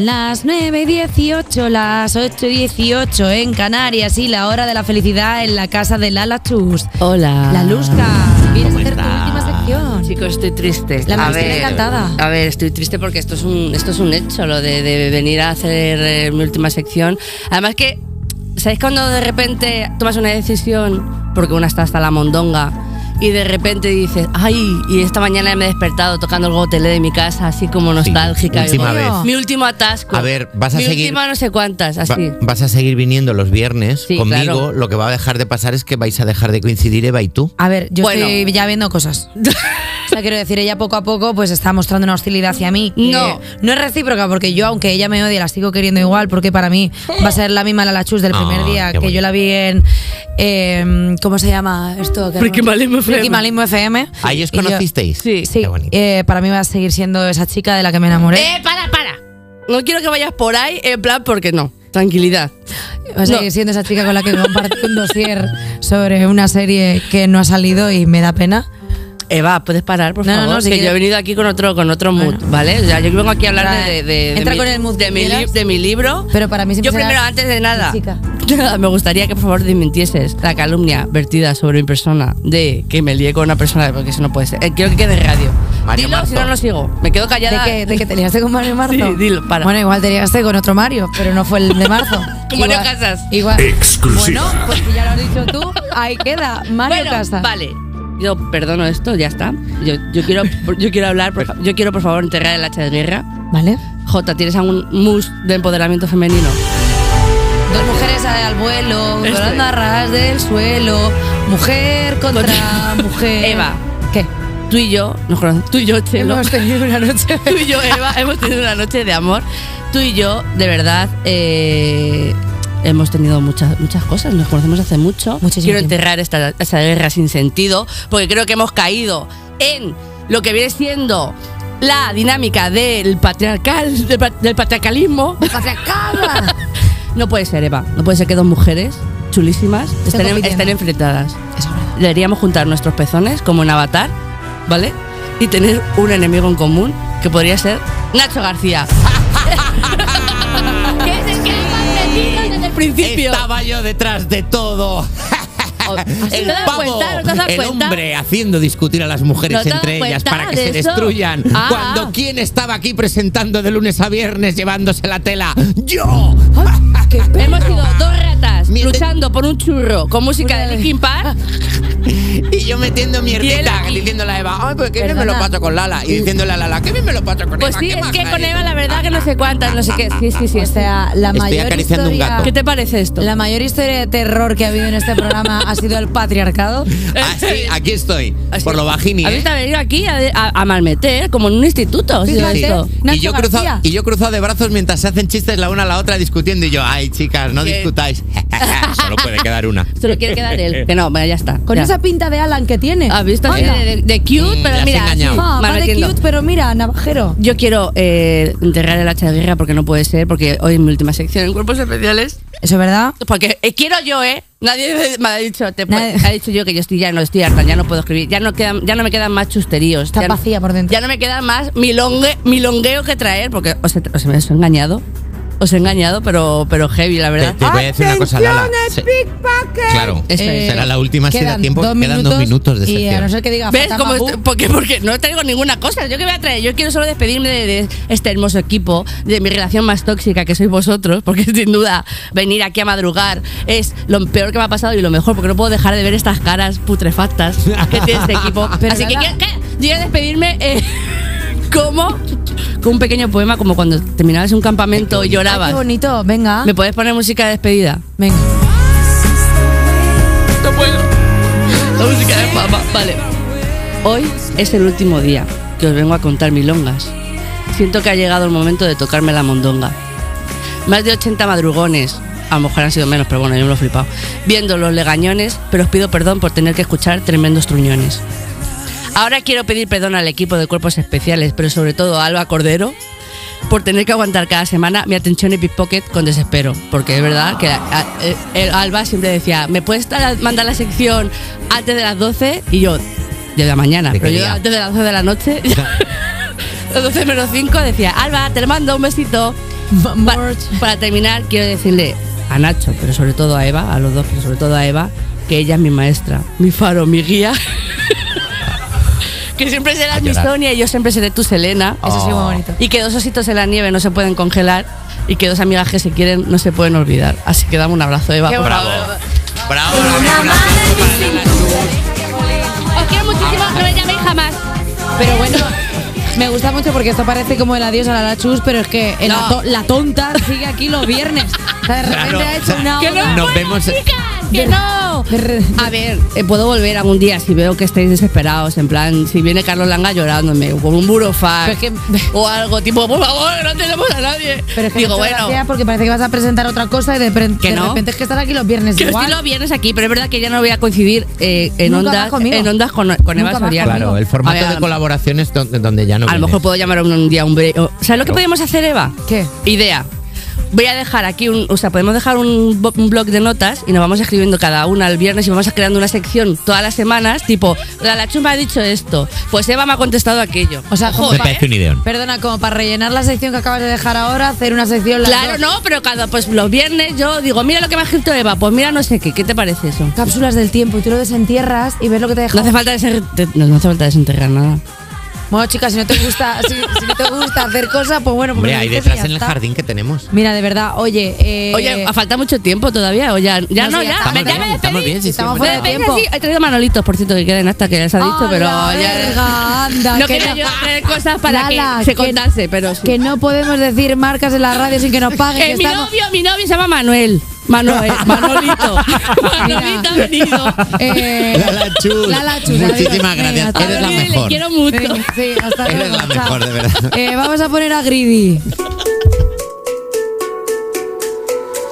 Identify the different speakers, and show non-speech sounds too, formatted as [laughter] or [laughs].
Speaker 1: Las 9 y 18, las 8 y 18 en Canarias y la hora de la felicidad en la casa de Lala Chus.
Speaker 2: Hola.
Speaker 3: Ah.
Speaker 1: La Luzca, vienes a
Speaker 2: ¿Cómo
Speaker 1: hacer tu
Speaker 2: estás?
Speaker 1: última sección.
Speaker 2: Chicos, estoy triste.
Speaker 1: La
Speaker 2: a
Speaker 1: Maricela
Speaker 2: ver,
Speaker 1: encantada.
Speaker 2: A ver, estoy triste porque esto es un, esto es un hecho, lo de, de venir a hacer eh, mi última sección. Además que, ¿sabéis cuando de repente tomas una decisión porque una está hasta la mondonga? Y de repente dices, ay, y esta mañana me he despertado tocando el gotelé de mi casa, así como nostálgica.
Speaker 3: última
Speaker 2: Digo,
Speaker 1: vez.
Speaker 2: Mi último atasco.
Speaker 3: A ver, vas a
Speaker 2: mi
Speaker 3: seguir-
Speaker 2: última no sé cuántas,
Speaker 3: Va-
Speaker 2: así.
Speaker 3: vas a seguir viniendo los viernes
Speaker 2: Sí,
Speaker 3: conmigo.
Speaker 2: claro. Ah,
Speaker 3: Lo que va a dejar de pasar es que vais a dejar de coincidir Eva y tú.
Speaker 1: A ver, yo
Speaker 2: Bueno.
Speaker 1: estoy ya viendo cosas. O sea, quiero decir, ella poco a poco pues está mostrando una hostilidad hacia mí. que
Speaker 2: No.
Speaker 1: No es recíproca, porque yo, aunque ella me odie, la sigo queriendo igual, porque para mí va a ser la misma Lala Chus del primer
Speaker 3: Ah,
Speaker 1: día
Speaker 3: qué
Speaker 1: que yo
Speaker 3: bonito.
Speaker 1: la vi en. eh, ¿Cómo se llama esto?
Speaker 2: Freaky Malismo FM.
Speaker 1: Freaky Malismo FM.
Speaker 3: Ahí os
Speaker 1: Y yo-
Speaker 3: conocisteis.
Speaker 2: Sí.
Speaker 1: Sí,
Speaker 3: Qué bonito.
Speaker 1: eh, para mí va a seguir siendo esa chica de la que me enamoré.
Speaker 2: [laughs] ¡Eh, para, para! No quiero que vayas por ahí, en plan, porque no. Tranquilidad.
Speaker 1: Va a seguir
Speaker 2: no.
Speaker 1: siendo esa chica con la que compartí un dossier sobre una serie que no ha salido y me da pena.
Speaker 2: Eva, puedes parar, por
Speaker 1: No, no,
Speaker 2: favor.
Speaker 1: no, si
Speaker 2: que
Speaker 1: quieres-
Speaker 2: yo he venido aquí con otro, con otro mood, ¿vale? O sea, yo vengo aquí a hablar
Speaker 1: Entra-
Speaker 2: de, de- de- de
Speaker 1: entra
Speaker 2: mi,
Speaker 1: con el mood
Speaker 2: de
Speaker 1: que
Speaker 2: mi,
Speaker 1: quieras.
Speaker 2: li- de mi libro.
Speaker 1: Pero para mí siempre
Speaker 2: yo
Speaker 1: será-
Speaker 2: primero, antes de nada,
Speaker 1: chica.
Speaker 2: [laughs] me gustaría que por favor desmintieses la calumnia vertida sobre mi persona de que me lié con una persona, porque eso no puede ser. Eh, quiero que quede en radio.
Speaker 3: Mario
Speaker 2: Dilo, si
Speaker 3: Marto.
Speaker 2: no, no sigo. Me quedo
Speaker 1: ¿De
Speaker 2: callada.
Speaker 1: que, de que te liaste con Mario Marzo?
Speaker 2: Sí, dilo, para.
Speaker 1: Bueno, igual te liaste con otro Mario, pero no fue el de Marzo.
Speaker 2: [laughs] Con
Speaker 1: Igual-
Speaker 2: Mario Casas.
Speaker 1: Igual.
Speaker 4: Exclusiva.
Speaker 1: Bueno, pues si ya lo has dicho tú, ahí queda, Mario
Speaker 2: bueno,
Speaker 1: Casas.
Speaker 2: vale. Yo perdono esto, ya está. Yo, yo quiero, [laughs] yo quiero hablar, por fa- yo quiero por favor enterrar el hacha de guerra.
Speaker 1: Vale.
Speaker 2: Jota, ¿tienes algún mus de empoderamiento femenino?
Speaker 1: Dos mujeres al vuelo,
Speaker 2: Este.
Speaker 1: volando a ras del suelo, mujer contra,
Speaker 2: Contra-
Speaker 1: mujer.
Speaker 2: Eva.
Speaker 1: ¿Qué?
Speaker 2: Tú y yo, nos conocemos. Tú y yo, Chelo.
Speaker 1: Hemos tenido una noche.
Speaker 2: [laughs] Tú y yo, Eva, hemos tenido una noche de amor. Tú y yo, de verdad, eh, hemos tenido muchas, muchas cosas. Nos conocemos hace mucho.
Speaker 1: Muchísimo
Speaker 2: Quiero
Speaker 1: tiempo.
Speaker 2: enterrar esta, esta guerra sin sentido, porque creo que hemos caído en lo que viene siendo la dinámica del patriarcal, del, pa- del
Speaker 1: [laughs]
Speaker 2: patriarcalismo.
Speaker 1: ¡Patriarcada!
Speaker 2: No puede ser, Eva. No puede ser que dos mujeres chulísimas estén,
Speaker 1: compitiendo.
Speaker 2: estén enfrentadas.
Speaker 1: Eso es verdad.
Speaker 2: deberíamos juntar nuestros pezones como un avatar, ¿vale? Y tener un enemigo en común que podría ser Nacho García. [laughs] que es el que hemos metido desde el principio.
Speaker 3: Estaba yo detrás de todo.
Speaker 2: ¿Has-
Speaker 3: El
Speaker 2: ¿No te das
Speaker 3: pavo,
Speaker 2: cuenta? ¿No te das
Speaker 3: el
Speaker 2: cuenta?
Speaker 3: hombre haciendo discutir a las
Speaker 2: ¿No
Speaker 3: mujeres
Speaker 2: te das
Speaker 3: entre ellas
Speaker 2: cuenta
Speaker 3: para que
Speaker 2: de
Speaker 3: se
Speaker 2: eso?
Speaker 3: destruyan.
Speaker 2: Ah.
Speaker 3: Cuando quien estaba aquí presentando de lunes a viernes llevándose la tela, yo.
Speaker 2: Hemos [laughs] sido dos ratas
Speaker 3: Mira, te-
Speaker 2: luchando por un churro con música de Linkin Park.
Speaker 3: Y yo metiendo
Speaker 2: Y él
Speaker 3: mierdita,
Speaker 2: aquí. Mm.
Speaker 3: diciéndole a Eva, ay, pues que bien me
Speaker 1: Perdona.
Speaker 3: lo paso con Lala. Y diciéndole a Lala, que bien me lo paso con
Speaker 2: Pues
Speaker 3: Eva.
Speaker 2: sí,
Speaker 3: ¿qué
Speaker 2: es
Speaker 3: más
Speaker 2: que
Speaker 3: me
Speaker 2: con
Speaker 3: dices?".
Speaker 2: Eva la verdad que no sé cuántas, no sé qué. Sí, sí, sí.
Speaker 1: O
Speaker 2: o sea,
Speaker 1: sea, la
Speaker 3: Estoy
Speaker 1: mayor
Speaker 3: acariciando un
Speaker 1: historia,
Speaker 3: gato.
Speaker 2: ¿Qué te parece esto?
Speaker 1: La mayor historia de terror que ha habido en este programa ha sido el
Speaker 2: [laughs]
Speaker 1: patriarcado.
Speaker 2: Eh,
Speaker 3: Así, aquí estoy,
Speaker 2: [laughs] Así-
Speaker 3: por lo bajini.
Speaker 2: A mí
Speaker 3: ¿eh?
Speaker 2: te ha venido aquí a, a, a malmeter, ¿eh? como en un instituto. ¿sí?
Speaker 1: Fíjate.
Speaker 2: esto.
Speaker 1: Nacho
Speaker 3: Y yo, cruzo,
Speaker 1: García.
Speaker 3: y yo cruzado de brazos mientras se hacen chistes la una a la otra discutiendo. Y yo, ay, chicas, no
Speaker 2: ¿Qué?
Speaker 3: discutáis. [laughs] Solo puede quedar una.
Speaker 2: Se lo quiere quedar
Speaker 3: [laughs]
Speaker 2: él. Que no, bueno, ya está.
Speaker 1: Con
Speaker 2: ya.
Speaker 1: esa pinta de Alan que tiene.
Speaker 2: ¿Has visto?
Speaker 1: Anda.
Speaker 2: Sí, de, de- de cute,
Speaker 3: Mm,
Speaker 2: pero
Speaker 3: la has
Speaker 2: mira,
Speaker 3: engañado.
Speaker 2: sí,
Speaker 1: Ah,
Speaker 2: me
Speaker 1: va de
Speaker 2: arrepiento.
Speaker 1: cute, pero mira, navajero.
Speaker 2: Yo quiero eh, enterrar el hacha de guerra porque no puede ser, porque hoy en mi última sección en cuerpos especiales.
Speaker 1: Eso es verdad.
Speaker 2: Porque eh, quiero yo, ¿eh? Nadie me ha dicho, te puede-
Speaker 1: Nadie.
Speaker 2: ha dicho yo que yo estoy ya no estoy harta, ya no puedo escribir, ya no quedan, ya no me quedan más chusteríos.
Speaker 1: Está
Speaker 2: ya no-
Speaker 1: vacía por dentro.
Speaker 2: Ya no me queda más milongue, milongueo que traer, porque os he, os he- os he engañado. Os he engañado, pero, pero heavy, la
Speaker 3: Te,
Speaker 2: verdad.
Speaker 3: te voy a decir una cosa, Lala. Se- claro,
Speaker 2: Eso es.
Speaker 3: será la última si da
Speaker 1: quedan
Speaker 3: tiempo.
Speaker 1: dos
Speaker 3: quedan dos minutos de
Speaker 1: Y a
Speaker 3: sección.
Speaker 1: no ser que diga
Speaker 2: ¿Ves?
Speaker 1: Fata
Speaker 2: Como
Speaker 1: Mabu,
Speaker 2: estoy- porque, porque no traigo ninguna cosa. Yo que voy a traer. Yo quiero solo despedirme de, de este hermoso equipo, de mi relación más tóxica que sois vosotros, porque [laughs] sin duda venir aquí a madrugar es lo peor que me ha pasado y lo mejor, porque no puedo dejar de ver estas caras putrefactas que tiene este equipo.
Speaker 1: [laughs] Pero
Speaker 2: Así que
Speaker 1: nada.
Speaker 2: quiero, que- yo quiero despedirme eh, [laughs] como con un pequeño poema, como cuando terminabas un campamento y
Speaker 1: ay,
Speaker 2: llorabas.
Speaker 1: qué bonito, venga.
Speaker 2: ¿Me puedes poner música de despedida?
Speaker 1: Venga.
Speaker 2: No puedo. La música de papá. Vale. Hoy es el último día que os vengo a contar milongas. Siento que ha llegado el momento de tocarme la mondonga. Más de 80 madrugones, a lo mejor han sido menos, pero bueno, yo me lo he flipado, viendo los legañones, pero os pido perdón por tener que escuchar tremendos truñones. Ahora quiero pedir perdón al equipo de cuerpos especiales, pero sobre todo a Alba Cordero, por tener que aguantar cada semana mi atención en pickpocket con desespero. Porque es verdad que a- a- eh, el Alba siempre decía, ¿me puedes tra- mandar la sección antes de las 12? Y yo, de la mañana,
Speaker 3: ¿De qué
Speaker 2: pero yo
Speaker 3: día?
Speaker 2: antes de
Speaker 3: [laughs]
Speaker 2: las 12 de la noche, las 12 menos 5, decía, Alba, te mando un besito.
Speaker 1: Ma-
Speaker 2: Pa-
Speaker 1: March.
Speaker 2: para terminar, quiero decirle a Nacho, pero sobre todo a Eva, a los dos, pero sobre todo a Eva, que ella es mi maestra, mi faro, mi guía. [laughs] que siempre serás mi
Speaker 3: llorar.
Speaker 2: Sonia y yo siempre seré tu Selena.
Speaker 1: Eso sí, muy bonito.
Speaker 2: Y que dos ositos en la nieve no se pueden congelar y que dos amigas que se quieren no se pueden olvidar. Así que dame un abrazo, Eva.
Speaker 1: Qué
Speaker 2: por
Speaker 1: bonito.
Speaker 2: favor.
Speaker 3: Bravo. Bravo. bravo, bravo.
Speaker 2: Os quiero muchísimo, no me llaméis jamás.
Speaker 1: Pero
Speaker 2: [laughs]
Speaker 1: bueno, me gusta mucho porque esto parece como el adiós a la Lachus, pero es que el
Speaker 2: No.
Speaker 1: ato- la tonta sigue aquí los viernes. O sea, de repente
Speaker 3: Claro,
Speaker 1: ha hecho
Speaker 3: o sea,
Speaker 1: una
Speaker 3: que
Speaker 1: oda.
Speaker 3: no. Nos vemos.
Speaker 2: ¡Que no!
Speaker 1: De re-
Speaker 2: A ver, eh, puedo volver algún día si veo que estáis desesperados. En plan, si viene Carlos Langa llorándome, o con un burofax,
Speaker 1: Pero es
Speaker 2: o algo tipo, por favor, no tenemos a nadie.
Speaker 1: Pero es que
Speaker 2: Digo,
Speaker 1: me ha hecho
Speaker 2: bueno,
Speaker 1: gracia porque parece que vas a presentar otra cosa y de, pre-
Speaker 2: Que
Speaker 1: de
Speaker 2: no.
Speaker 1: repente es que estás aquí los viernes
Speaker 2: que
Speaker 1: igual.
Speaker 2: estoy los viernes aquí, pero es verdad que ya no voy a coincidir eh, en,
Speaker 1: Nunca
Speaker 2: ondas,
Speaker 1: más conmigo.
Speaker 2: en ondas con, con
Speaker 1: Nunca
Speaker 2: Eva
Speaker 1: más
Speaker 2: Soriano.
Speaker 1: conmigo.
Speaker 3: Claro, el
Speaker 2: A
Speaker 3: formato
Speaker 2: ver,
Speaker 3: de colaboraciones donde, donde ya no
Speaker 2: A lo
Speaker 3: vienes.
Speaker 2: mejor puedo llamar un, un día a un break. o- ¿Sabes lo que podemos hacer, Eva?
Speaker 1: ¿Qué?
Speaker 2: Idea. Voy a dejar aquí un. O sea, podemos dejar un, bo- un blog de notas y nos vamos escribiendo cada una el viernes y vamos creando una sección todas las semanas, tipo, la Lachu me ha dicho esto, pues Eva me ha contestado aquello. ¿eh?
Speaker 1: O sea, como
Speaker 3: Me
Speaker 1: pa-
Speaker 3: parece un ideón.
Speaker 1: Perdona, como para rellenar la sección que acabas de dejar ahora, hacer una sección las
Speaker 2: Claro,
Speaker 1: dos.
Speaker 2: no, pero cada, pues los viernes yo digo, mira lo que me ha escrito Eva, pues mira no sé qué, ¿qué te parece eso?
Speaker 1: Cápsulas del tiempo y tú lo desentierras y ves lo que te deja.
Speaker 2: No hace falta, desenterrar- no, no hace falta desenterrar nada.
Speaker 1: Bueno, chicas, si no te gusta, si, si no te gusta hacer cosas, pues bueno, pues
Speaker 3: Hombre,
Speaker 1: lo
Speaker 3: ahí
Speaker 1: dices y
Speaker 3: detrás
Speaker 1: ya
Speaker 3: en el
Speaker 1: está.
Speaker 3: jardín que tenemos.
Speaker 1: Mira, de verdad, oye, eh,
Speaker 2: Oye, ¿ha falta mucho tiempo todavía? ¿O ya, ya
Speaker 1: No,
Speaker 2: no,
Speaker 1: sí, ya
Speaker 2: ya?
Speaker 1: estamos
Speaker 2: me- ya
Speaker 1: bien,
Speaker 2: me
Speaker 3: estamos
Speaker 2: despedí.
Speaker 3: bien, sí,
Speaker 1: Estamos
Speaker 3: sí,
Speaker 1: fuera
Speaker 3: bueno.
Speaker 1: de tiempo.
Speaker 2: Sí, he traído manolitos, por cierto, que queden hasta que les ha dicho,
Speaker 1: ¡Ah,
Speaker 2: pero
Speaker 1: la
Speaker 2: ya.
Speaker 1: verga, anda,
Speaker 2: no
Speaker 1: que
Speaker 2: quería
Speaker 1: no-
Speaker 2: yo traer cosas para
Speaker 1: Lala,
Speaker 2: que se contase, pero sí.
Speaker 1: que no podemos decir marcas en la radio sin que nos paguen.
Speaker 2: Eh,
Speaker 1: que
Speaker 2: mi
Speaker 1: estamos-
Speaker 2: novio, mi novio se llama Manuel.
Speaker 1: [laughs]
Speaker 2: Manuel, Manolito. Manolito ha venido.
Speaker 1: Eh,
Speaker 3: [laughs] Lala Chus.
Speaker 1: Lala Chus,
Speaker 3: Muchísimas
Speaker 1: adiós. Venga,
Speaker 3: gracias.
Speaker 1: hasta
Speaker 3: Eres la
Speaker 2: Manolito,
Speaker 1: luego.
Speaker 2: Le
Speaker 3: mejor.
Speaker 2: quiero mucho.
Speaker 1: Sí, sí, hasta
Speaker 3: Eres
Speaker 1: luego,
Speaker 3: la
Speaker 1: chao.
Speaker 3: mejor, de verdad.
Speaker 1: Eh, vamos a poner a Greedy.